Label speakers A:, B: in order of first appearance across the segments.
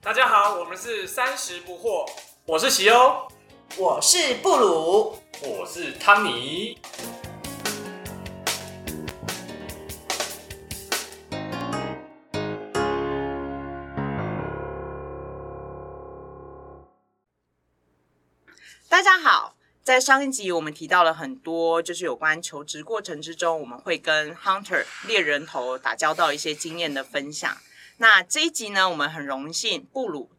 A: 大家好，我们是三十不惑，我是喜欧，
B: 我是布鲁，
A: 我是汤尼。
B: 大家好。在上一集我们提到了很多，就是有关求职过程之中，我们会跟 hunter 猎人头打交道一些经验的分享。那这一集呢，我们很荣幸布鲁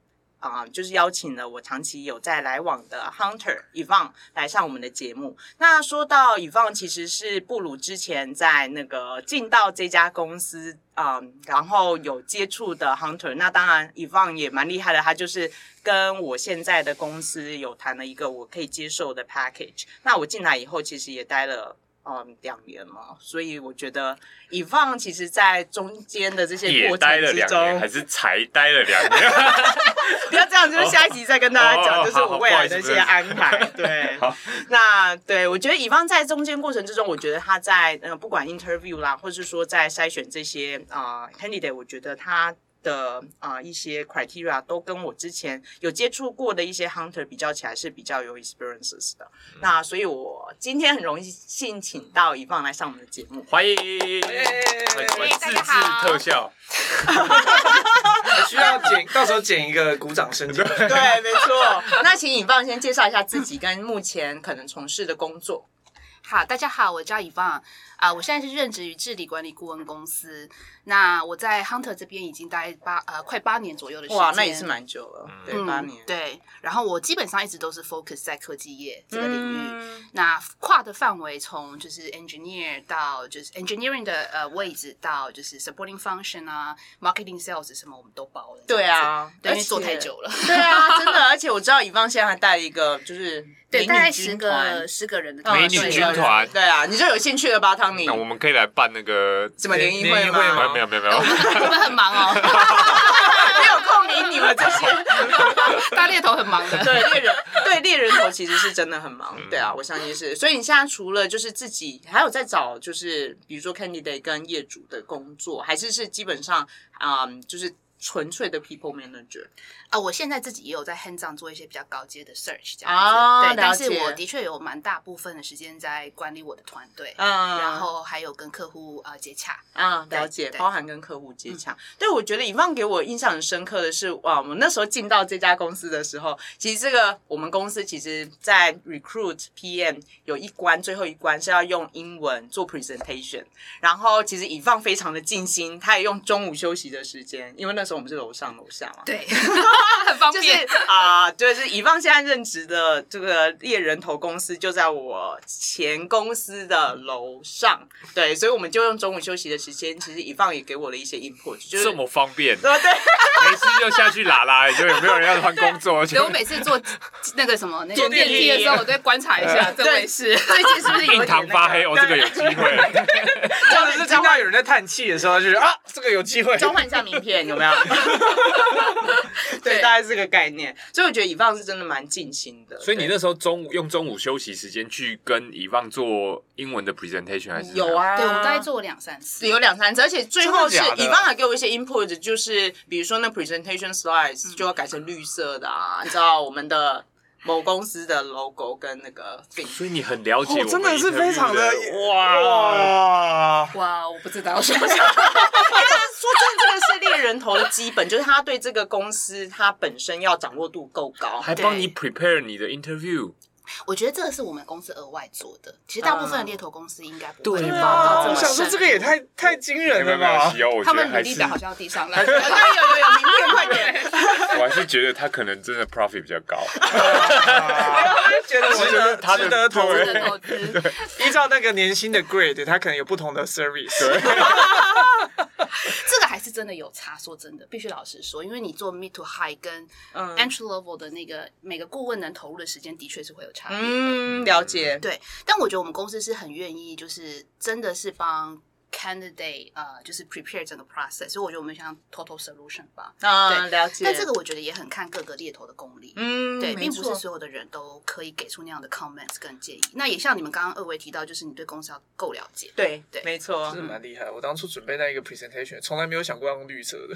B: 啊、就是邀请了我长期有在来往的 Hunter Evan 来上我们的节目。那说到 Evan，其实是布鲁之前在那个进到这家公司啊、然后有接触的 Hunter。那当然，Evan 也蛮厉害的，他就是跟我现在的公司有谈了一个我可以接受的 package。那我进来以后，其实也待了。嗯，两年了，所以我觉得 Evan 其实，在中间的这些
C: 也
B: 过程
C: 待了
B: 之
C: 两
B: 中
C: 年，，还是才待了两年？
B: 不要这样，就是下一集再跟大家讲，
C: 哦
B: 就是我未来的一些安排。对，
C: 好
B: 那对我觉得乙方在中间过程之中，我觉得他在呃不管 interview 啦，或是说在筛选这些啊、呃 candidate，我觉得他。的啊、呃一些 criteria 都跟我之前有接触过的一些 hunter 比较起来是比较有 experiences 的，那所以我今天很荣幸请到乙方来上我们的节目，
C: 欢迎，
B: 哎
C: 欢迎自制特效，
D: 需要剪，到时候剪一个鼓掌声。
B: 对，没错。 那请乙方先介绍一下自己跟目前可能从事的工作。
E: 好，大家好，我叫以方啊、我现在是任职于治理管理顾问公司。那我在 Hunter 这边已经待八呃快八年左右的时间，
B: 哇，那也是蛮久了，对，八年，
E: 嗯。对，然后我基本上一直都是 focus 在科技业这个领域。
B: 嗯
E: 那跨的范围从就是 engineer 到就是 engineering 的呃位置到就是 supporting function 啊，marketing sales 什么我们都包了。
B: 对
E: 这样子，
B: 啊，
E: 对，因
B: 而
E: 为
B: 且
E: 做太。久了，
B: 对啊，真的，而且我知道乙方现在还带了一个，就是
E: 对，
B: 美
E: 大概
B: 女
E: 十
B: 军
E: 个
B: 团，
E: 十个人的
B: 嗯
E: 团
C: 美
E: 队
C: 女军团
B: 对啊，你就有兴趣了吧，汤尼
C: 那？我们可以来办那个啊
B: 什么联谊会
D: 联谊会
B: 吗
D: 吗？
C: 没有没有没有，
E: 你们很忙哦，
B: 啊没有空理你们这些。
E: 大猎头很忙的。
B: 对猎人，对猎人头其实是真的很忙，
C: 嗯
B: 对啊，我相信是。所以你现在除了就是自己，还有在找就是比如说 candidate 跟业主的工作，还是是基本上啊、嗯就是纯粹的 people manager。
E: 啊、我现在自己也有在 hands on 做一些比较高阶的 search 这样子，
B: 啊
E: 对，但
B: 了
E: 是
B: 解
E: 我的确有蛮大部分的时间在管理我的团队，
B: 嗯，
E: 然后还有跟客户啊、呃接洽。
B: 啊，了
E: 对
B: 解，
E: 对嗯
B: 包含跟客户接洽。对，我觉得以旺给我印象很深刻的是，哇，我那时候进到这家公司的时候，其实这个我们公司其实在 recruit PM 有一关，最后一关是要用英文做 presentation，然后其实以旺非常的尽心，他也用中午休息的时间，因为那时候我们是楼上楼下嘛，
E: 对，很方
B: 就是啊、对，就是以放现在任职的这个猎人头公司就在我前公司的楼上，对，所以我们就用中午休息的时间，其实以放也给我了一些 input，就是
C: 这么方便，
B: 对对，
C: 没事就下去拉拉，就有没有人要换工作？
E: 所以
C: 就
E: 我每次坐那个什么那
B: 坐
E: 个
B: 电
E: 电
B: 梯
E: 梯的时候，我都会观察一下这位是最近是不是有
C: 印
E: 一点
C: 堂发黑，
E: 那
C: 哦，
E: 个
C: 这个有机会，
B: 这
D: 就是听到有人在叹气的时候，就是啊，这个有机会。
B: 交换一下名片，有没有？对，
E: 对
B: 大概是这个概念，所以我觉得以放是真的蛮尽心的。
C: 所以你
B: 对
C: 那时候中午用中午休息时间去跟以望做英文的 presentation 还是
B: 有？啊，
E: 对，我们大概做了两三次。
B: 有两三次，而且最后是
D: 真的假的
B: 乙方还给我一些 input，就是比如说那 presentation slides 就要改成绿色的啊，你知道我们的某公司的 logo 跟那个 thing。
C: 所以你很了解我
D: 哦
C: 们 interview，
D: 真的是非常的
C: 哇，
D: 哇，
E: 哇，我不知道什么时
B: 说真的，这个是猎人头的基本，就是他对这个公司他本身要掌握度够高。
C: 还帮你 prepare 你的 interview，
E: 我觉得这个是我们公司额外做的。其实大部分的猎头公司应该不会
C: 对
E: 报
C: 啊
E: 到这
D: 我
E: 么
D: 想说
E: 深
D: 这个也太 太惊人了吧！
C: 有，我
E: 他
C: 觉
E: 们
C: 得
E: 努
C: 还
E: 力
C: 是
E: 的好像要地上来。
B: 有有有，明天快点！
C: 我还是觉得他可能真的 profit 比较高。
D: 我就觉得值得
C: 他的
D: 值得投
E: 真
D: 入。
E: 的投资，
D: 依照那个年薪的 grade，它可能有不同的 service。
E: 这个还是真的有差。说真的，必须老实说，因为你做 mid to high 跟
B: 嗯
E: entry level 的那个每个顾问能投入的时间，的确是会有差别。
B: 嗯，了解。
E: 对，但我觉得我们公司是很愿意，就是真的是帮 candidate 呃，就是 prepare 整个 process，所以我觉得我们像 total solution 吧。
B: 啊，了解。
E: 但这个我觉得也很看各个猎头的功力。
B: 嗯，
E: 对，
B: 没
E: 并不是
B: 错
E: 所有的人都可以给出那样的 comments 跟建议。那也像你们刚刚二位提到，就是你对公司要够了解。
B: 对
E: 对
B: 没错
D: 真的。蛮厉害，我当初准备那一个 presentation，从来没有想过要用绿色的。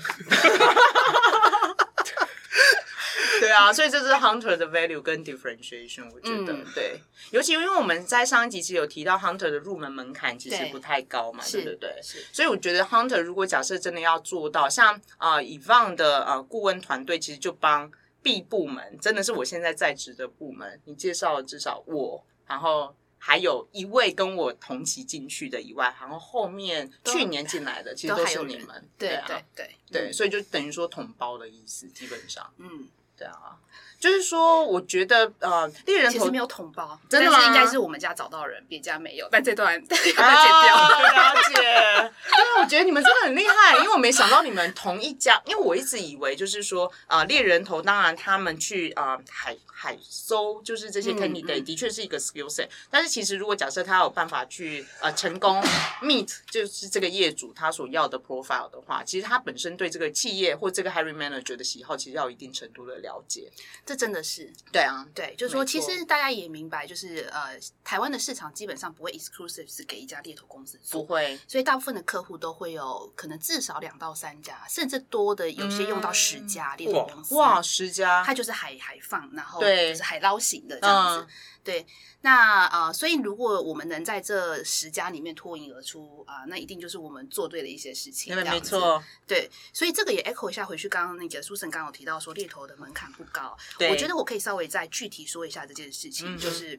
B: 对啊，所以这是 hunter 的 value 跟 differentiation，我觉得、
E: 嗯
B: 对，尤其因为我们在上一集其实有提到 hunter 的入门门槛其实
E: 对
B: 不太高嘛，对
E: 是
B: 不对？
E: 是
B: 所以我觉得 hunter 如果假设真的要做到，像啊以往的呃顾问团队其实就帮 B 部门，真的是我现在在职的部门，你介绍了至少我，然后。还有一位跟我同期进去的以外，然后后面
E: 都
B: 去年进来的其实
E: 都
B: 都
E: 还
B: 是
E: 有
B: 你
E: 人
B: 们，
E: 对
B: 啊，
E: 对对
B: 对，，所以就等于说统包的意思，基本上。
E: 嗯，
B: 对啊，就是说，我觉得呃，猎人
E: 其
B: 头
E: 实没有同胞，
B: 真的
E: 但是
B: 吗
E: 应该是我们家找到人，别家没有，但这段 要被剪掉。
B: 啊，了解。但是啊我觉得你们真的很厉害，因为我没想到你们同一家，因为我一直以为就是说，啊，猎人头当然他们去啊、呃海海搜，就是这些
E: 嗯
B: candidate、
E: 嗯
B: 的确是一个 skill set，但是其实如果假设他有办法去呃成功 meet 就是这个业主他所要的 profile 的话，其实他本身对这个企业或这个 hiring manager 的喜好，其实要有一定程度的了解。
E: 这真的是
B: 对啊，
E: 对，就是说，
B: 没错
E: 其实大家也明白，就是呃，台湾的市场基本上不会 exclusive 是给一家猎头公司
B: 不
E: 做，
B: 会，
E: 所以大部分的客户都会有可能至少两到三家，甚至多的有些用到十家猎头公司。
B: 哇，十家，
E: 它就是海海放，然后
B: 对
E: 就是海捞型的这样子。
B: 嗯
E: 对，那呃，所以如果我们能在这十家里面脱颖而出啊、那一定就是我们做对了一些事情。
B: 对，
E: 这样
B: 没
E: 子
B: 错，
E: 对，所以这个也 echo 一下回去，刚刚那个苏神刚刚有提到说猎头的门槛不高，
B: 对
E: 我觉得我可以稍微再具体说一下这件事情，
B: 嗯哼
E: 就是。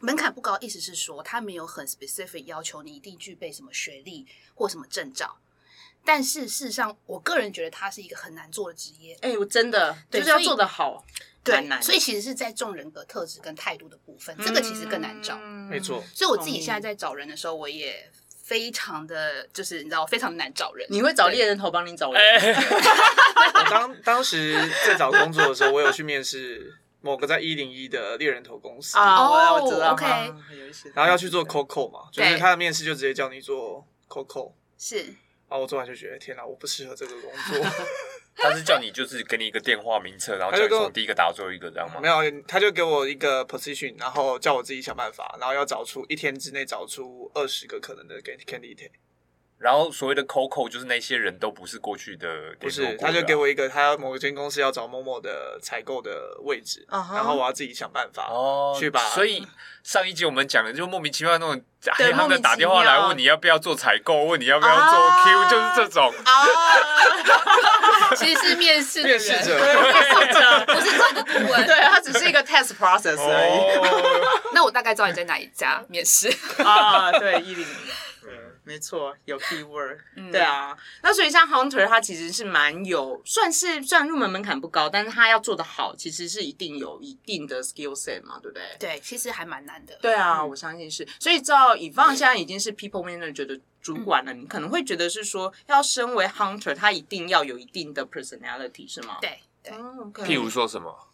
E: 门槛不高，意思是说它没有很 specific 要求你一定具备什么学历或什么证照，但是事实上，我个人觉得它是一个很难做的职业，
B: 哎、我真的就
E: 对
B: 是要
E: 所以
B: 做得好，蛮难
E: 对，
B: 的
E: 所以其实是在重人格特质跟态度的部分，这个其实更难
B: 嗯
E: 找。
D: 没错。
E: 所以我自己现在在找人的时候，我也非常的就是你知道，非常难找人。
B: 你会找猎人头帮你找人？
D: 哎我当当时在找工作的时候，我有去面试某个在一零一的猎人头公司，
B: 啊，我
E: 哦
B: 我知道
E: OK
B: 啊有一些
D: 然后要去做 COCO 嘛，就
E: 对
D: 是他的面试就直接叫你做 COCO。
E: 是
D: 然后我做完就觉得天哪，我不适合这个工作。
C: 他是叫你就是给你一个电话名册，然后
D: 他
C: 叫你
D: 就跟我
C: 从第一个打最后一个，这样吗
D: 没？有，他就给我一个 position，然后叫我自己想办法，然后要找出一天之内找出二十个可能的 can- candidate。
C: 然后所谓的 COCO 就是那些人都不是过去的联
D: 不
C: 络
D: 是，
C: 过的啊，
D: 他就给我一个他某间公司要找某某的采购的位置，
B: 啊哈
D: 然后我要自己想办法。
C: 哦，
D: 去吧
C: 所以上一集我们讲的就莫名其妙那种
B: 对
C: 黑行的打电话
B: 莫名其妙
C: 来问你要不要做采购，问你要不要做
B: 啊
C: Q，就是这 种。
B: 啊，
E: 其实是面试的
D: 面
E: 人，
D: 试者，
E: 不是真的顾 问。
B: 对，它只是一 个 test process 而
C: 哦，
E: 那我大概知道你在哪一家面试。
D: 哦
B: 已啊，对，一零没错，有 keyword，、对啊，那所以像 hunter 它其实是蛮有，算是虽然入门门槛不高，但是它要做得好，其实是一定有一定的 skill set 嘛，对不对？
E: 对，其实还蛮难的。
B: 对啊，我相信是。所以照以
E: 嗯
B: 放现在已经是 people manager 的主管了，你可能会觉得是说，要身为 hunter，他一定要有一定的 personality 是吗？
E: 对对，
B: 嗯，OK，
C: 譬如说什么？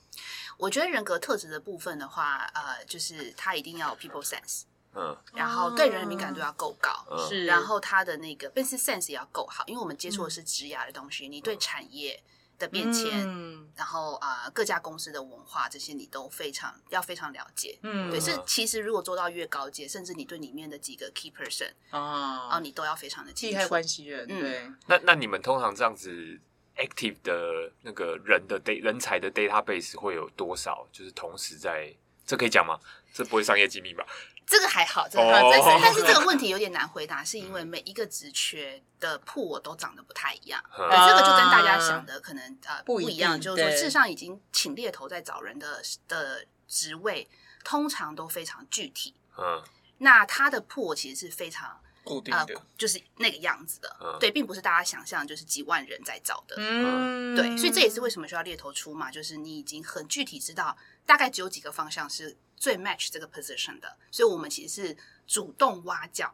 E: 我觉得人格特质的部分的话，呃，就是他一定要有 people sense，
C: 嗯
E: 然后对人的敏感度要够高。
C: 嗯，
B: 是，
E: 然后他的那个 business sense 也要够好，因为我们接触的是职涯的东西，你对产业的变迁，
B: 嗯
E: 然后啊、呃各家公司的文化这些你都非常要非常了解。
B: 嗯，
E: 对，
C: 嗯
E: 是其实如果做到越高阶，甚至你对里面的几个 key person，然后
B: 啊，
E: 哦你都要非常的清
B: 利
E: 楚。
B: 害关系人，
E: 嗯
B: 对，
C: 那那你们通常这样子 active 的那个人的 d a 人才的 database 会有多少？就是同时在这可以讲吗？这不会商业机密吧？
E: 这个还好，这个
B: 哦
E: 还好，但是但是这个 问题有点难回答，是因为每一个职缺的铺我都长得不太一样，
C: 嗯
E: 对这个就跟大家想的可能呃
B: 不
E: 不
B: 一定
E: 一样，就是说，
B: 对
E: 事实上已经请猎头在找人的的职位，通常都非常具体。
C: 嗯
E: 那他的破其实是非常
D: 固定
B: 啊
E: 呃
D: 的。，
E: 就是那个样子的，
C: 嗯
E: 对，并不是大家想象就是几万人在找的，
B: 嗯，
E: 对，所以这也是为什么需要猎头出嘛，就是你已经很具体知道大概只有几个方向是最 match 这个 position 的，所以我们其实是主动挖角，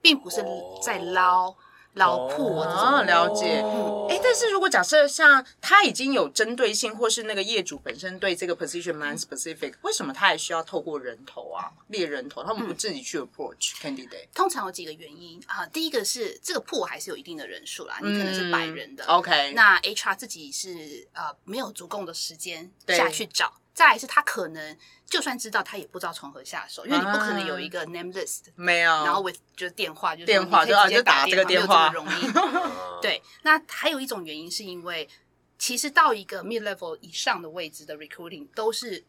E: 并不是
C: 哦
E: 在捞、捞破这种。
B: 哦了解
C: 嗯
B: 哎，但是如果假设像他已经有针对性，或是那个业主本身对这个 position 蛮
E: 嗯
B: specific，为什么他还需要透过人头啊，猎人头，他
E: 嗯
B: 们不自己去 approach candidate？
E: 通常有几个原因啊、第一个是这个破还是有一定的人数啦，你可能是百人的，
B: 嗯，OK，
E: 那 HR 自己是呃没有足够的时间
B: 对
E: 下去找，再来是他可能就算知道，他也不知道从何下手，因为你不可能有一个 name list，、
B: 没有，
E: 然后 with 就是电话，就是
B: 啊哦电话
E: 你可以直
B: 就啊
E: 接
B: 就打这个
E: 电
B: 电话
E: 没有这么容易。
C: 嗯
E: 对，那还有一种原因是因为其实到一个 mid level 以上的位置的 recruiting 都是，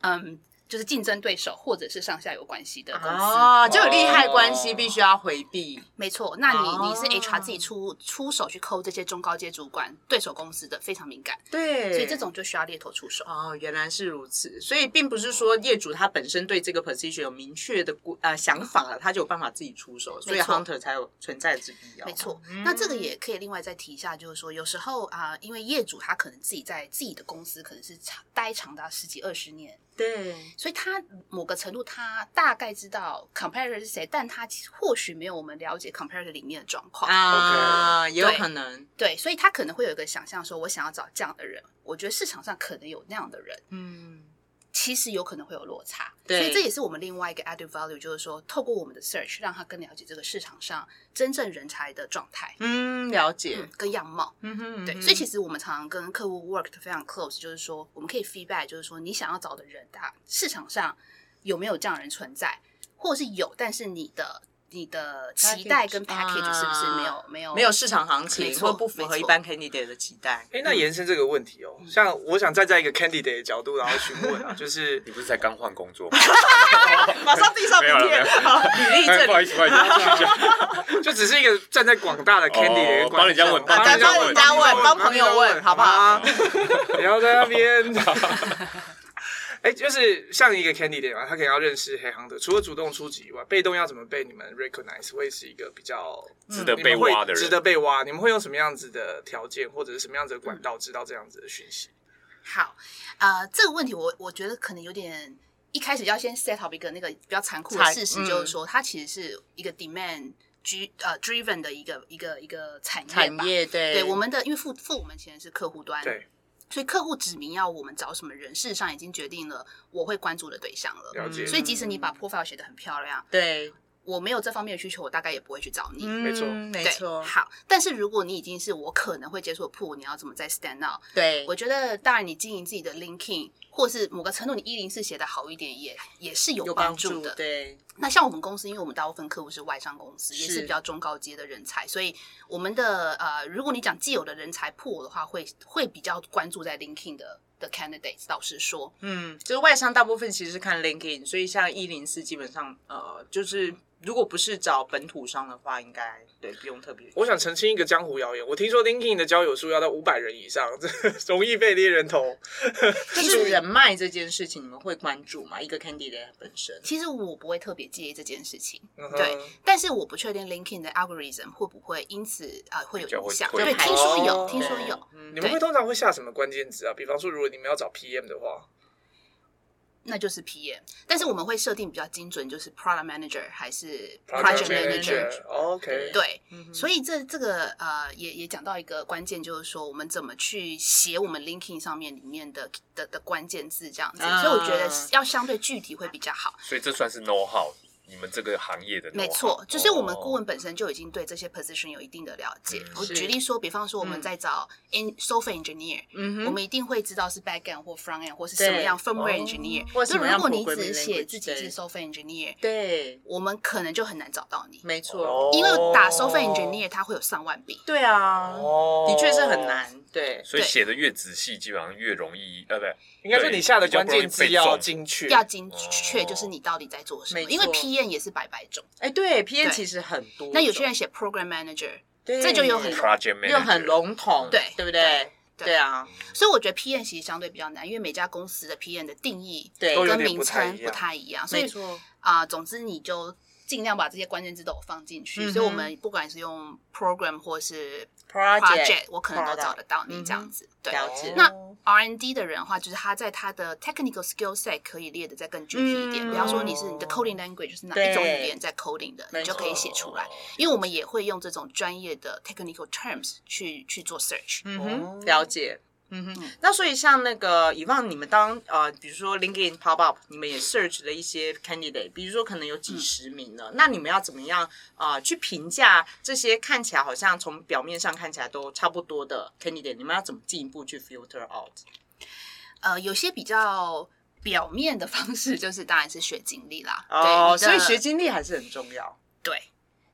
E: 嗯，就是竞争对手或者是上下游关系的公司。
B: 啊，就有利害关系
D: 哦
B: 必须要回避。
E: 没错，那你你是
B: 哦
E: HR 自己出出手去扣这些中高阶主管对手公司的，非常敏感，
B: 对，
E: 所以这种就需要猎头出手。
B: 哦，原来是如此，所以并不是说业主他本身对这个 position 有明确的规呃想法了，他就有办法自己出手，所以
E: 没错
B: hunter 才有存在之必要。
E: 没错，那这个
B: 嗯
E: 也可以另外再提一下，就是说有时候啊、因为业主他可能自己在自己的公司可能是长待长达十几二十年，
B: 对，
E: 所以他某个程度他大概知道 competitor 是谁，但他其实或许没有我们了解 competitor 里面的状况。
B: 啊也有
E: 对
B: 可能，
E: 对，所以他可能会有一个想象，说我想要找这样的人，我觉得市场上可能有那样的人。
B: 嗯，
E: 其实有可能会有落差，
B: 对
E: 所以这也是我们另外一个 added value，就是说透过我们的 search，让他更了解这个市场上真正人才的状态，
B: 嗯，了解，
E: 跟样貌。
B: 嗯哼，
E: 对，所以其实我们常常跟客户 work 得非常 close，就是说我们可以 feedback，就是说你想要找的人，他市场上有没有这样的人存在，或者是有，但是你的你的期待跟
B: Package，
E: package 是不是没有、
B: 啊
E: 没有
B: 没有市场行
E: 哦没
B: 情，
E: 错
B: 或不符合
E: 没
B: 一
E: 错
B: 般 candidate 的期待。
D: 哎，那延伸这个问题
B: 嗯
D: 哦，像我想站在一个 candidate 的角度，然后询问 啊，就是
C: 你不是才刚换工作吗？
B: 马上递上名
C: 没有
B: 片，
C: 了
B: 好履历
C: 哎不好
B: 证。
C: 意思，不好意思，
D: 就只是一个站在广大的 candidate 的
C: 哦
D: 观
C: 帮人家
D: 众
C: 问
B: 大
C: 帮
B: 家
C: 人家
B: 帮人家问，帮朋友问，好不好？？
D: 帮人家问不要在那边。 哎，就是像一个 candidate 嘛，他可能要认识黑行的，除了主动出击以外，被动要怎么被你们 recognize 会是一个比较
C: 值得
D: 你
C: 被
D: 们会
C: 挖的人，
D: 值得被挖。你们会用什么样子的条件，或者是什么样子的管道知道这样子的讯息？
E: 好，呃，这个问题我我觉得可能有点一开始要先 set up 一个那个比较残酷的
B: 才
E: 事实，就是说、它其实是一个 demand g 呃 driven 的一个一个一个产业吧。
B: 产业对
E: 对我们的，因为付付我们钱的是客户端，
D: 哎对，
E: 所以客户指明要我们找什么人，事实上已经决定了我会关注的对象了。
D: 了解。
E: 所以即使你把 profile 写得很漂亮，
B: 对，
E: 我没有这方面的需求，我大概也不会去找你。
B: 嗯
D: 没错
B: 没
E: 对
B: 错，
E: 好，但是如果你已经是我可能会接触的 pool，你要怎么再 stand out？
B: 对，
E: 我觉得，当然你经营自己的 LinkedIn，或是某个程度你一零四写的好一点也，也是有帮助的。
B: 对，
E: 那像我们公司，因为我们大部分客户是外商公司，也
B: 是
E: 是比较中高阶的人才，所以我们的呃，如果你讲既有的人才破的话，会会比较关注在 LinkedIn 的的 candidates。老实说，
B: 嗯，就是外商大部分其实是看 LinkedIn，所以像一零四基本上呃，就是如果不是找本土商的话，应该对不用特别。
D: 我想澄清一个江湖谣言，我听说 LinkedIn 的交友数要到五百人以上， 这容易被猎人头。
B: 就是人脉这件事情，你们会关注吗？一个 candidate 本身，
E: 其实我不会特别介意这件事情，
D: 嗯哼
E: 对，但是我不确定 LinkedIn 的 algorithm 会不会因此啊、呃、会有
C: 就
E: 影
C: 会
E: 响。
C: 退
E: 对，
B: 步
E: 听说有，
D: 哦
E: 听说有。
B: 嗯
D: 你们会通常会下什么关键字啊？比方说，如果你们要找 PM 的话，
E: 那就是 PM，但是我们会设定比较精准，就是 Product Manager 还是
B: Project
E: Project
B: Manager
E: Manager。
D: Manager，OK，
E: 对，
B: 嗯
E: 所以这这个呃，也也讲到一个关键，就是说我们怎么去写我们 LinkedIn 上面里面的的的关键字这样子，
B: 啊
E: 所以我觉得要相对具体会比较好。
C: 所以这算是 know how，你们这个行业的 know how。
E: 没错，就是我们顾问
C: 哦
E: 本身就已经对这些 position 有一定的了解。
C: 嗯
E: 我
B: 是
E: 举例说，比方说我们在找 en software engineer，
B: 嗯
E: 我
B: 哼，
E: 们一定会知道是 back end 或 front end 或是什么
B: 对
E: 样 firmware
D: 哦
E: engineer。
B: 或什
E: 就
B: 么
E: 如
B: 样
E: 果你
B: programming
E: 只写
B: language，
E: 自己
B: 对
E: 是 software engineer，
B: 对，
E: 我们可能就很难找到你，
B: 没错，
D: 哦
E: 因为打 software engineer 它会有上万笔。
B: 对啊，
D: 哦
B: 的确是很。难，对，
C: 所以
E: 对
C: 写的越仔细，基本上越容易，呃，不对，
D: 应该说你下的
C: 对
D: 关键字
C: 比较不容
D: 要
C: 易被中
D: 精确，
E: 要精确，
C: 哦
E: 就是你到底在做什
B: 没
E: 么，
B: 错
E: 因为 PM 也是百百种。
B: 哎，对
E: 对
B: ，PM 其实很多种，
E: 那有些人写 program manager，
B: 对
E: 这就又很
C: project manager
B: 又很笼统，
E: 对
B: 对不对？
E: 对
B: 对啊，
E: 所以我觉得 PM 其实相对比较难，因为每家公司的 PM 的定义
B: 对
D: 都有
E: 跟
D: 点
E: 名
D: 不太
E: 称
D: 一
E: 不
D: 样
E: 太一样，所
B: 没
E: 以
B: 错，
E: 啊、总之你就尽量把这些关键字都有放进去。
B: 嗯哼
E: 所以我们不管是用 program 或是
B: project，
E: project，我可能都找得到
B: 嗯
E: 你
B: 哼
E: 这样子。对。
B: 了解，
E: 那 R N D 的人的话，就是他在他的 technical skill set 可以列的再更具体一点。
B: 嗯
E: 比方说你是你的 coding language 是哪一种语
B: 对
E: 言在 coding 的，
B: 没
E: 你就可以
B: 错
E: 写出来。因为我们也会用这种专业的 technical terms 去去做 search。
B: 嗯
D: 哦
B: 哼，了解。嗯哼，那所以像那个以往你们当呃，比如说 LinkedIn pop up，你们也 search 了一些 candidate，比如说可能有几
E: 嗯
B: 十名了，那你们要怎么样啊、呃去评价这些看起来好像从表面上看起来都差不多的 candidate？你们要怎么进一步去 filter out？
E: 呃，有些比较表面的方式，就是当然是学经历啦。对，
B: 哦，
E: 你的
B: 所以学经历还是很重要。
E: 对。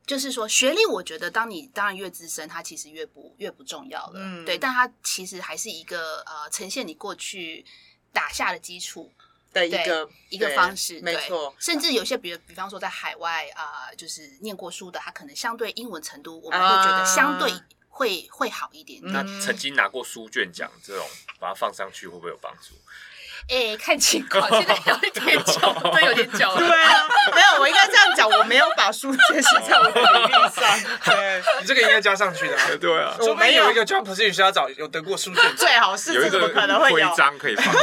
E: 就是说学历，我觉得当你当然越资深，它其实越不越不重要了，
B: 嗯
E: 对，但它其实还是一个呃呈现你过去打下的基础，
B: 的一
E: 对
B: 个
E: 一个
B: 对
E: 方式，
B: 没
E: 对
B: 错。
E: 甚至有些比如比方说在海外啊、呃就是念过书的，他可能相对英文程度，我们会觉
B: 啊
E: 得相对会、会好一点点。
C: 那
E: 哎、
B: 嗯
C: 曾经拿过书卷奖这种，把它放上去会不会有帮助？
E: 哎看情况，现在有一点久，对，有点久
B: 对
E: 了。
B: 啊，没有，我应该这样讲，我没有把书 写在我的履历上，对，
D: 你这个应该加上去的、啊。
C: 对啊
D: 说
B: 我
D: 不定
B: 没
D: 有
B: 有
D: 一个 job position 需要找有得过书卷的，
B: 最好是
C: 有一
B: 这怎么
C: 个
B: 可能会
C: 徽
B: 有？
C: 章可以放在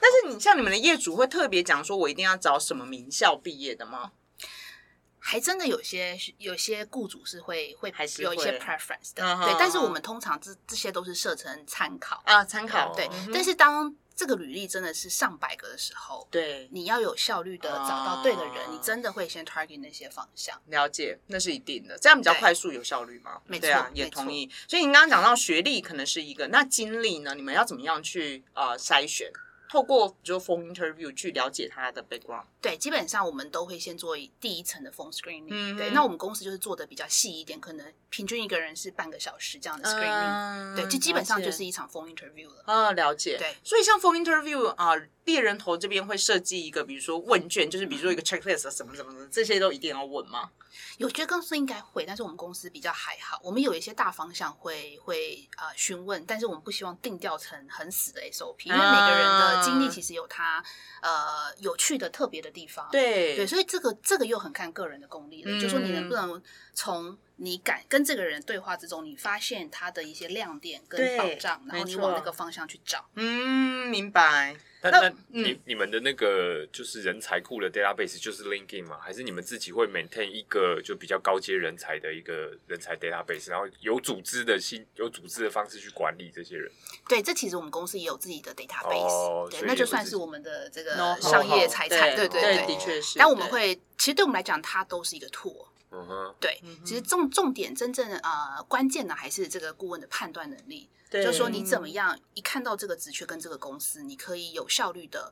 B: 但是你像你们的业主会特别讲说，我一定要找什么名校毕业的吗？
E: 还真的有些有些雇主是会会
B: 还是
E: 有一些
B: 会
E: preference 的，
B: 嗯哼
E: 对。但是我们通常这这些都是设成参考，
B: 啊，参考
C: 哦
E: 对。
B: 嗯哼
E: 但是当这个履历真的是上百个的时候，
B: 对，
E: 你要有效率的
B: 啊
E: 找到对的人，你真的会先 target 那些方向。
B: 了解，那是一定的，这样比较
E: 对
B: 快速有效率嘛？
E: 没
B: 对啊
E: 错，
B: 也
E: 没错
B: 同意。所以你刚刚讲到学历可能是一个，那经历呢？你们要怎么样去呃筛选？透过比如说 phone interview 去了解他的 background，
E: 对，基本上我们都会先做一第一层的 phone screening、
B: 嗯
E: 对，那我们公司就是做的比较细一点，可能平均一个人是半个小时这样的 screening、
B: 嗯
E: 呃对，就基本上
B: 了
E: 就
B: 解
E: 是一场 phone interview 了。
B: 啊，了解。
E: 对，
B: 所以像 phone interview 啊、猎人头这边会设计一个，比如说问卷，就是比如说一个 checklist 什么什么的，这些都一定要问吗？
E: 有些公司应该会，但是我们公司比较还好。我们有一些大方向会会呃询问，但是我们不希望定调成很死的 SOP，因为每个人的经历
B: 啊
E: 其实有他呃有趣的特别的地方。
B: 对
E: 对，所以这个这个又很看个人的功力了，
B: 嗯
E: 就说你能不能从你敢跟这个人对话之中，你发现他的一些亮点
B: 对
E: 跟保障，然后
B: 没
E: 你
B: 错
E: 往那个方向去找。
B: 嗯，明白。
C: 那
B: 那
C: 那你
B: 嗯
C: 你们的那个就是人才库的 database 就是 LinkedIn 吗？还是你们自己会 maintain 一个就比较高阶人才的一个人才 database，然后有组织的新有组织的方式去管理这些人？
E: 对，这其实我们公司也有自己的 database，、
C: 哦
E: 对
C: 所，以
E: 那
C: 也
E: 就
C: 会
E: 算
C: 自
E: 是
C: 己
E: 我们的这个
B: know-how
E: 商业财产，
B: 对
E: 对
C: 对
E: 对
B: 的。确是。
E: 但我们
B: 对
E: 会，其实对我们来讲，它都是一个 tool。
C: 嗯哼，
E: 对，其实重重点真正呃关键的还是这个顾问的判断能力，
B: 对
E: 就是说你怎么样一看到这个职缺跟这个公司，你可以有效率的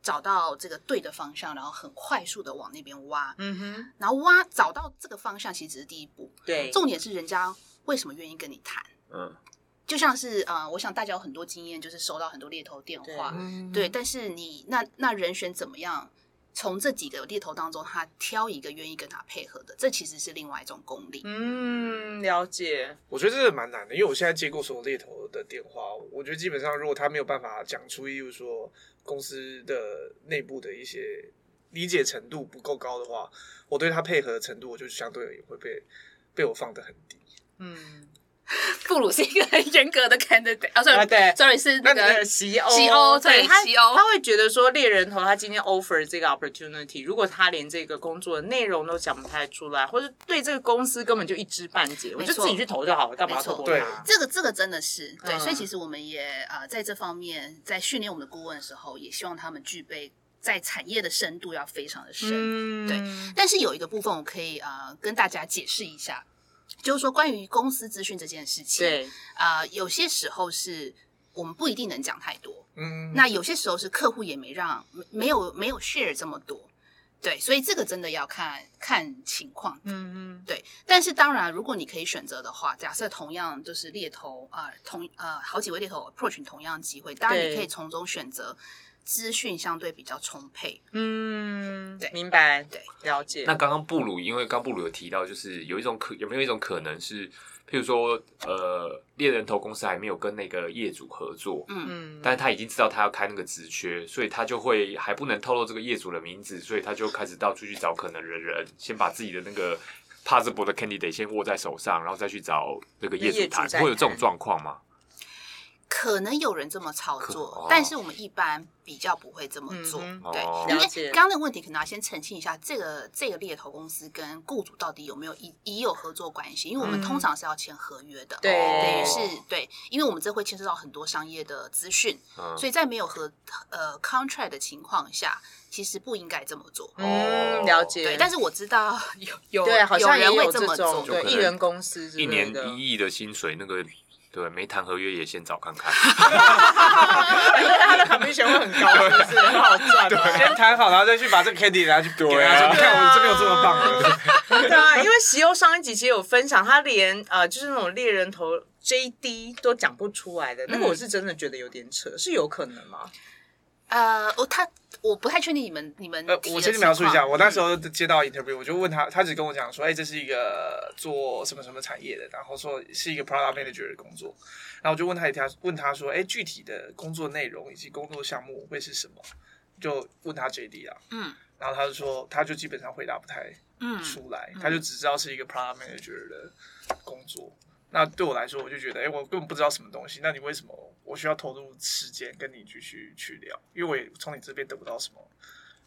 E: 找到这个对的方向，然后很快速的往那边挖，
B: 嗯哼，
E: 然后挖找到这个方向其实只是第一步，
B: 对，
E: 重点是人家为什么愿意跟你谈。
C: 嗯，
E: 就像是呃，我想大家有很多经验，就是收到很多猎头电话，
B: 嗯
E: 对，但是你那那人选怎么样？从这几个猎头当中，他挑一个愿意跟他配合的，这其实是另外一种功力。
B: 嗯，了解。
D: 我觉得这个蛮难的，因为我现在接过所有猎头的电话，我觉得基本上如果他没有办法讲出，例如说公司的内部的一些理解程度不够高的话，我对他配合的程度，我就相对也会被被我放得很低。
B: 嗯，
E: 布鲁是一个很严格的 candidate 啊，sorry，
B: 啊对
E: sorry 是那
B: 呃，
E: 个
B: 西欧，
E: 西欧对
B: 他
E: 西欧
B: 他会觉得说猎人头他今天 offer 这个 opportunity，如果他连这个工作的内容都讲不太出来，或者对这个公司根本就一知半解，我
E: 没
B: 就
E: 错
B: 自己去投就好了，干嘛要
E: 没错
B: 透过他？
E: 这个这个真的是对，
B: 嗯
E: 所以其实我们也呃在这方面在训练我们的顾问的时候，也希望他们具备在产业的深度要非常的深。
B: 嗯，
E: 对但是有一个部分我可以呃跟大家解释一下，就是说关于公司资讯这件事情，
B: 对，
E: 呃，有些时候是我们不一定能讲太多，
D: 嗯，
E: 那有些时候是客户也没让没没有没有 share 这么多，对，所以这个真的要看看情况。
B: 嗯嗯，
E: 对，但是当然，如果你可以选择的话，假设同样就是猎头啊、呃同呃好几位猎头 approach 你同样机会，当然
B: 对
E: 你可以从中选择资讯相对比较充沛。
B: 嗯，
E: 对
B: 明白，
E: 对，
B: 了解。
C: 那刚刚布鲁，因为刚布鲁有提到，就是有一种可有没有一种可能是，譬如说，呃，猎人头公司还没有跟那个业主合作，
E: 嗯，
B: 嗯，
C: 但是他已经知道他要开那个职缺，所以他就会还不能透露这个业主的名字，所以他就开始到处去找可能的人，先把自己的那个 possible 的 candidate 先握在手上，然后再去找那个业
B: 业
C: 主
B: 主
C: 谈，
B: 再
C: 会有这种
B: 谈
C: 状况吗？
E: 可能有人这么操
C: 可
E: 作，
C: 哦
E: 但是我们一般比较不会这么做。
B: 嗯
C: 哼
E: 对
C: 哦，
E: 因
B: 了解
E: 为刚刚那个问题可能要先澄清一下，这个这个猎头公司跟雇主到底有没有已已有合作关系？因为我们
B: 嗯
E: 通常是要签合约的。
B: 对
E: 等于
C: 哦
E: 是对，因为我们这会牵涉到很多商业的资讯，
C: 嗯，
E: 所以在没有合呃 contract 的情况下，其实不应该这么做。
D: 哦
B: 嗯，了解。
E: 对，但是我知道有有
B: 对，好像
E: 有人
B: 也
E: 会
B: 有
E: 这
B: 这
E: 么
B: 种
E: 做，
C: 就
B: 对
C: 可能
B: 艺人公司之类
C: 一年
B: 的，
C: 一亿的薪水，那个对，没谈合约也先找看 看。
B: 他的 commission 会很高，是不是很好赚吗？
D: 先谈好，然后再去把这个 candy 拿去给
C: 对
D: 他
C: 啊
D: 说，你看我这边有这么棒
B: 呃
D: 的，
B: 对啊，因 为席欧上一集其实有分享，他连呃就是那种猎人头 JD 都讲不出来的，那个
E: 嗯
B: 我是真的觉得有点扯，是有可能吗？
E: 呃，我他我不太确定你们你们
D: 呃
E: 提，的
D: 我先去描述一
E: 情
D: 下，
E: 况嗯
D: 我那时候接到 interview，我就问他，他只跟我讲说，哎、这是一个做什么什么产业的，然后说是一个 product manager 的工作，然后我就问他一条，问他说，哎、具体的工作内容以及工作项目会是什么？就问他 JD 啊，
E: 嗯
D: 然后他就说，他就基本上回答不太
E: 嗯
D: 出来，他就只知道是一个 product manager 的工作。那对我来说，我就觉得，哎、我根本不知道什么东西，那你为什么我需要投入时间跟你继续去聊？因为我也从你这边得不到什么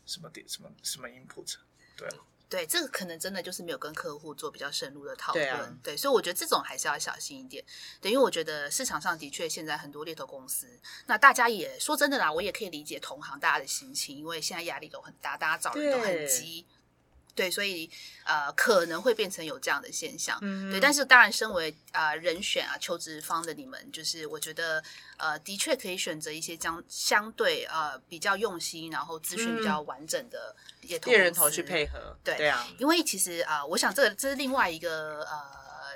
D: 什么点什么什么 input。
E: 对，这个可能真的就是没有跟客户做比较深入的讨
B: 对
E: 论，
B: 啊
E: 对所以我觉得这种还是要小心一点。对，因为我觉得市场上的确现在很多猎头公司，那大家也说真的啦，我也可以理解同行大家的心情，因为现在压力都很大，大家找人都
B: 对
E: 很急，对，所以呃可能会变成有这样的现象。
B: 嗯
E: 对，但是当然，身为啊、呃人选啊求职方的你们，就是我觉得呃的确可以选择一些相相对呃比较用心，然后资讯比较完整的猎头
B: 嗯猎人
E: 公
B: 头去
E: 司
B: 配合，
E: 对
B: 对啊，
E: 因为其实啊、呃我想这个这是另外一个呃，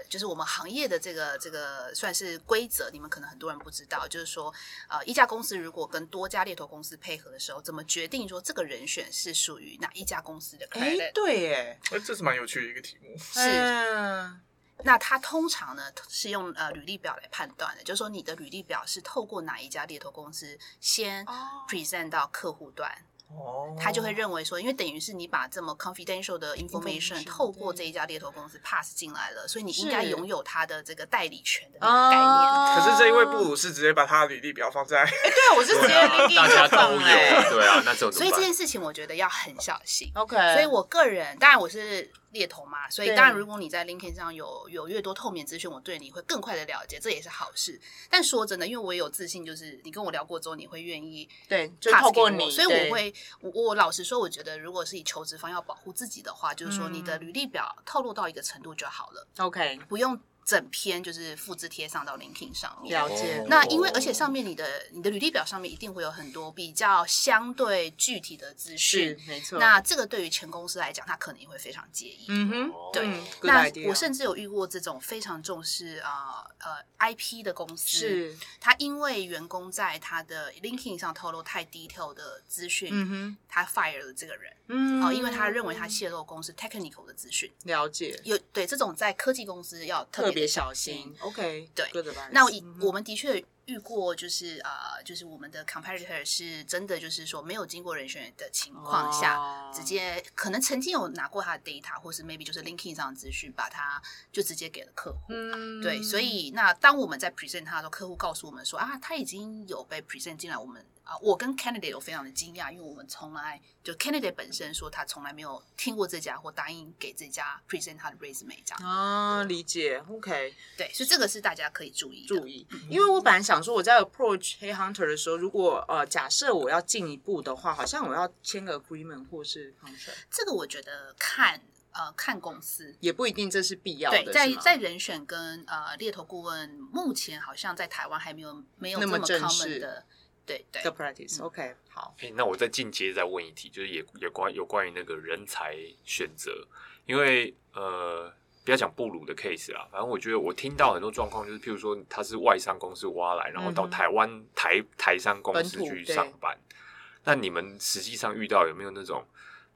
E: 就是我们行业的这个这个算是规则，你们可能很多人不知道，就是说呃，一家公司如果跟多家猎头公司配合的时候，怎么决定说这个人选是属于哪一家公司的 c
B: 哎
E: a，
B: 对耶，
D: 哎、这是蛮有趣的一个题目。
E: 是
B: 嗯
E: 那它通常呢是用呃履历表来判断的，就是说你的履历表是透过哪一家猎头公司先
B: 哦
E: present 到客户端，
D: 哦
E: 他就会认为说，因为等于是你把这么 confidential 的
B: Information，
E: information 透过
B: 对
E: 这一家猎头公司 pass 进来了，所以你应
B: 是
E: 该拥有他的这个代理权的那个概念。
B: 啊
D: 可是这一位布鲁斯直接把他的履历表放在，
B: 对，我是直接
C: 啊
B: 立
C: 大家
B: 刻
C: 都
B: 放
C: 有，
B: 哎
C: 对啊，那这种怎
E: 所以
C: 么
E: 这
C: 办？
E: 件事情我觉得要很小心。
B: ，OK，
E: 所以我个人，当然我是猎头嘛，所以
B: 嗯对
E: 当然如果你在 LinkedIn 上有有越多透明资讯，我对你会更快的了解，这也是好事。但说真的，因为我也有自信，就是你跟我聊过之后，你会愿意
B: 对，就
E: pass
B: 透过
E: 给我
B: 你，
E: 所以
B: 对
E: 我会，我我老实说，我觉得如果是以求职方要保护自己的话，就是说你
B: 嗯
E: 的履历表透露到一个程度就好了，
B: OK
E: 不用整篇就是复制贴上到 LinkedIn 上面。
B: 了解
C: 哦。
E: 那因为而且上面你的你的履历表上面一定会有很多比较相对具体的资
B: 是
E: 讯，
B: 没错，
E: 那这个对于前公司来讲，他可能也会非常介意。
B: 嗯哼，
E: 对
B: 嗯，good
E: 那
B: idea
E: 我甚至有遇过这种非常重视啊呃 IP 的公司，
B: 是，
E: 他因为员工在他的 LinkedIn 上透露太 detail 的资讯，
B: 嗯哼，
E: 他 fire 了这个人，
B: 嗯
E: 哦、因为他认为他泄露公司 technical 的资讯，
B: 了解，
E: 有对这种在科技公司要特
B: 特别
E: 别
B: 小心。OK，
E: 对
B: good advice，
E: 那我以
B: 嗯
E: 我们的确遇过，就是呃，就是我们的 competitor 是真的就是说没有经过人选的情况下，
B: 哦
E: 直接可能曾经有拿过他的 data，或是 maybe 就是 LinkedIn 上的资讯，把它就直接给了客户。
B: 嗯
E: 对，所以那当我们在 present 他的时候，客户告诉我们说啊，他已经有被 present 进来。我们啊，我跟 candidate 有非常的惊讶，因为我们从来就 candidate 本身说他从来没有听过这家或答应给这家 present 他的 resume 这样。
B: 啊，理解，OK，
E: 对，所以这个是大家可以注意的。
B: 注意，因为我本来想说，我在 approach 黑 hunter 的时候，如果呃，假设我要进一步的话，好像我要签个 agreement 或是 contract，
E: 这个我觉得看呃看公司。
B: 也不一定这是必要的，
E: 对，在
B: 是吗
E: 在人选跟呃猎头顾问，目前好像在台湾还没有没有
B: 那
E: 这
B: 么
E: 么
B: 正式
E: common 的，对对
B: 的
E: 嗯
B: practice，OK，好，
C: 哎、那我再进阶再问一题，就是也也关有关于那个人才选择，因为呃，不要讲布鲁的 case 啊，反正我觉得我听到很多状况，就是譬如说他是外商公司挖来，然后
B: 嗯
C: 到
B: 哼
C: 台湾、台台商公司
B: 本土
C: 去
B: 对
C: 上班，那你们实际上遇到有没有那种，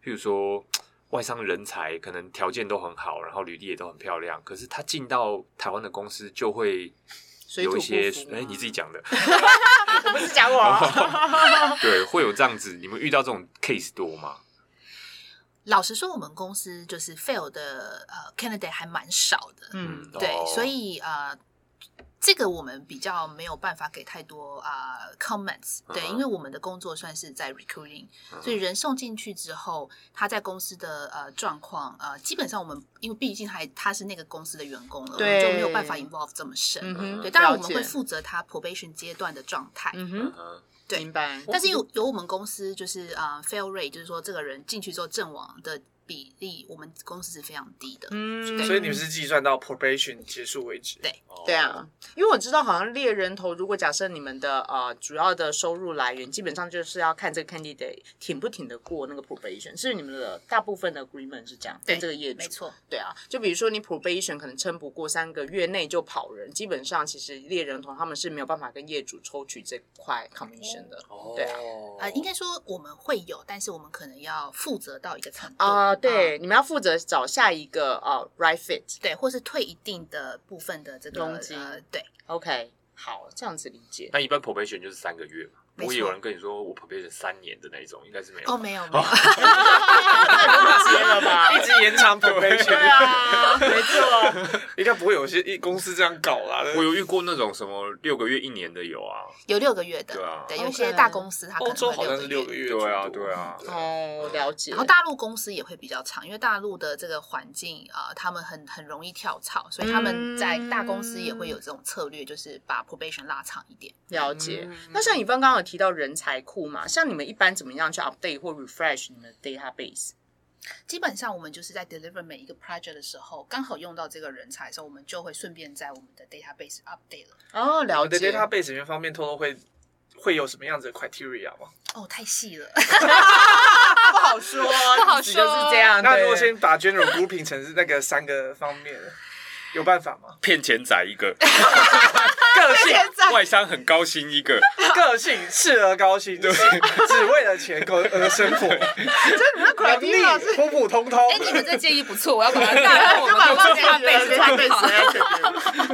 C: 譬如说外商人才可能条件都很好，然后履历也都很漂亮，可是他进到台湾的公司就会
B: 水土
C: 有
B: 不
C: 一些
B: 服
C: 哎、
B: 吗
C: 你自己讲的。
B: 我不是讲我哦，
C: 对，会有这样子。你们遇到这种 case 多吗？
E: 老实说，我们公司就是 fail 的呃 candidate 还蛮少的，
B: 嗯，
E: 对，
C: 哦
E: 所以呃，这个我们比较没有办法给太多啊、呃 comments，对，
C: 嗯哼
E: 因为我们的工作算是在 recruiting，、
C: 嗯
E: 所以人送进去之后，他在公司的呃状况呃，基本上我们因为毕竟还他是那个公司的员工了，我们就没有办法
B: 对
E: involve 这么深。
B: 嗯哼，
E: 对，当然我
B: 了
E: 们
B: 解
E: 会，负责他 probation 阶段的状态，
B: 嗯
C: 嗯
B: 哼，
C: 哼，
E: 对
B: 明白，
E: 但是有有我们公司就是啊、呃 fail rate，就是说这个人进去之后阵亡的比例，我们公司是非常低的。
B: 嗯
D: 所以你们是计算到 probation 结束为止。
E: 对
B: 对，啊，因为我知道好像猎人头，如果假设你们的呃主要的收入来源，基本上就是要看这个 candidate 挺不挺得过那个 probation，是你们的大部分的 agreement 是这样，
E: 对
B: 跟这个业主
E: 没。错，
B: 对啊，就比如说你 probation 可能撑不过三个月内就跑人，基本上其实猎人头他们是没有办法跟业主抽取这块 commission 的。
C: 哦
B: 对啊
E: 呃，应该说我们会有，但是我们可能要负责到一个程度
B: 啊、对，你们要负责找下一个呃 right fit。
E: 对，或是退一定的部分的这个
B: 佣金
E: 呃，对，
B: OK，好，这样子理 解。
C: 那一般 probation 就是三个月嘛。
E: 没错
C: 我也有人跟你说我 probation 三年的那一种，应该是没有。
E: 哦，没有没有，
B: 接了吧？
D: 一直延长 probation，
B: 啊，没错。
D: 应该不会有些一公司这样搞啦。
C: 我有遇过那种什么六个月、一年的有啊。
E: 有六个月的，
C: 对啊
E: 有
B: OK
E: 些大公司它可
D: 欧
E: 能
D: 洲
E: 会
D: 好像是六
E: 六
D: 个
E: 个
D: 月，
C: 对啊，对啊。
E: 嗯
B: 哦，了解。
E: 然后大陆公司也会比较长，因为大陆的这个环境啊、呃他们很很容易跳槽，所以他们在大公司也会有这种策略，就是把 probation 拉长一点。
B: 了解
D: 嗯。
B: 那像你刚刚有提到人才库嘛，像你们一般怎么样去 update 或 refresh 你们的 database？
E: 基本上我们就是在 deliver 每一个 project 的时候，刚好用到这个人才的时候，我们就会顺便在我们的 database update 了。
B: 哦，
D: 我
B: 了
D: 的
B: 解。
D: database 里面方面透露会会有什么样子的 criteria 吗？
E: 哦，太细了，
B: 不好说， 不
E: 好
B: 就是
E: 说
B: 这样。
D: 那
B: 对
D: 如果先把 general grouping 成是那个三个方 面，有办法吗？
C: 骗钱仔 一个，
D: 个 性、
C: 外商很高薪一个，
D: 个性、适合高薪，只只为了钱而而生 活，
B: 那
D: 能力
B: criteria 是
D: 普普通通。
E: 哎、你们这建议不错，我要把 它纳入我们公司 database 参考。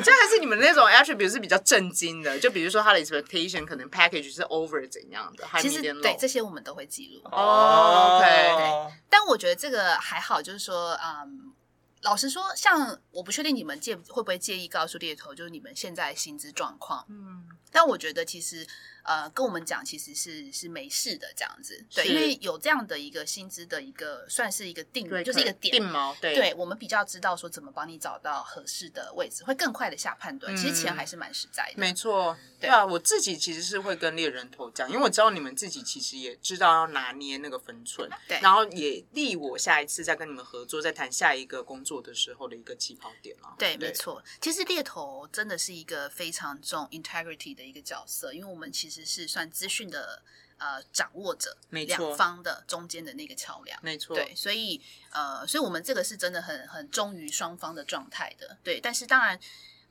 B: 这还是你们那种 attribute 是比较震惊的，就比如说他的 expectation 可能 package 是 over 怎样的，还
E: 其
B: 是
E: 实对这些我们都会记录，
B: 哦，OK
E: 但我觉得这个还好，就是说，嗯，老实说，像我不确定你们介会不会介意告诉猎头，就是你们现在的薪资状况。
B: 嗯，
E: 但我觉得其实，呃，跟我们讲其实是是没事的这样子，对，
B: 是
E: 因为有这样的一个薪资的一个算是一个定，
B: 对，
E: 就是一个点。
B: 定锚，对
E: 对我们比较知道说怎么帮你找到合适的位置，会更快的下判断。其实钱
B: 嗯
E: 还是蛮实在的，
B: 没错，
E: 对
B: 对啊，我自己其实是会跟猎人头讲，因为我知道你们自己其实也知道要拿捏那个分寸，
E: 对
B: 然后也利我下一次再跟你们合作，再谈下一个工作的时候的一个起跑点啦。
E: 对，没错。其实猎头真的是一个非常重 integrity 的一个角色，因为我们其实是算资讯的呃掌握者，
B: 没错
E: 两方的中间的那个桥梁。
B: 没错，
E: 对，所以呃，所以我们这个是真的很很忠于双方的状态的，对。但是当然，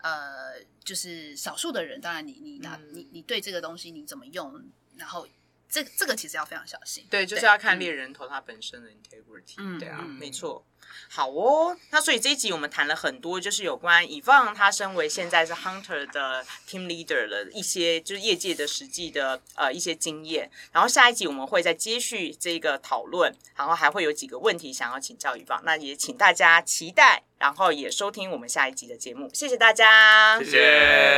E: 呃，就是少数的人，当然你你拿、
B: 嗯
E: 你你对这个东西你怎么用，然后这这个其实要非常小心。
B: 对，就是要看
E: 嗯
B: 猎人头它本身的 integrity，、
E: 嗯
B: 对啊，
E: 嗯
B: 没错。好哦，那所以这一集我们谈了很多，就是有关以放他身为现在是 Hunter 的 Team Leader 的一些就是业界的实际的呃一些经验。然后下一集我们会再接续这个讨论，然后还会有几个问题想要请教以放，那也请大家期待，然后也收听我们下一集的节目，谢谢大家，
C: 谢谢。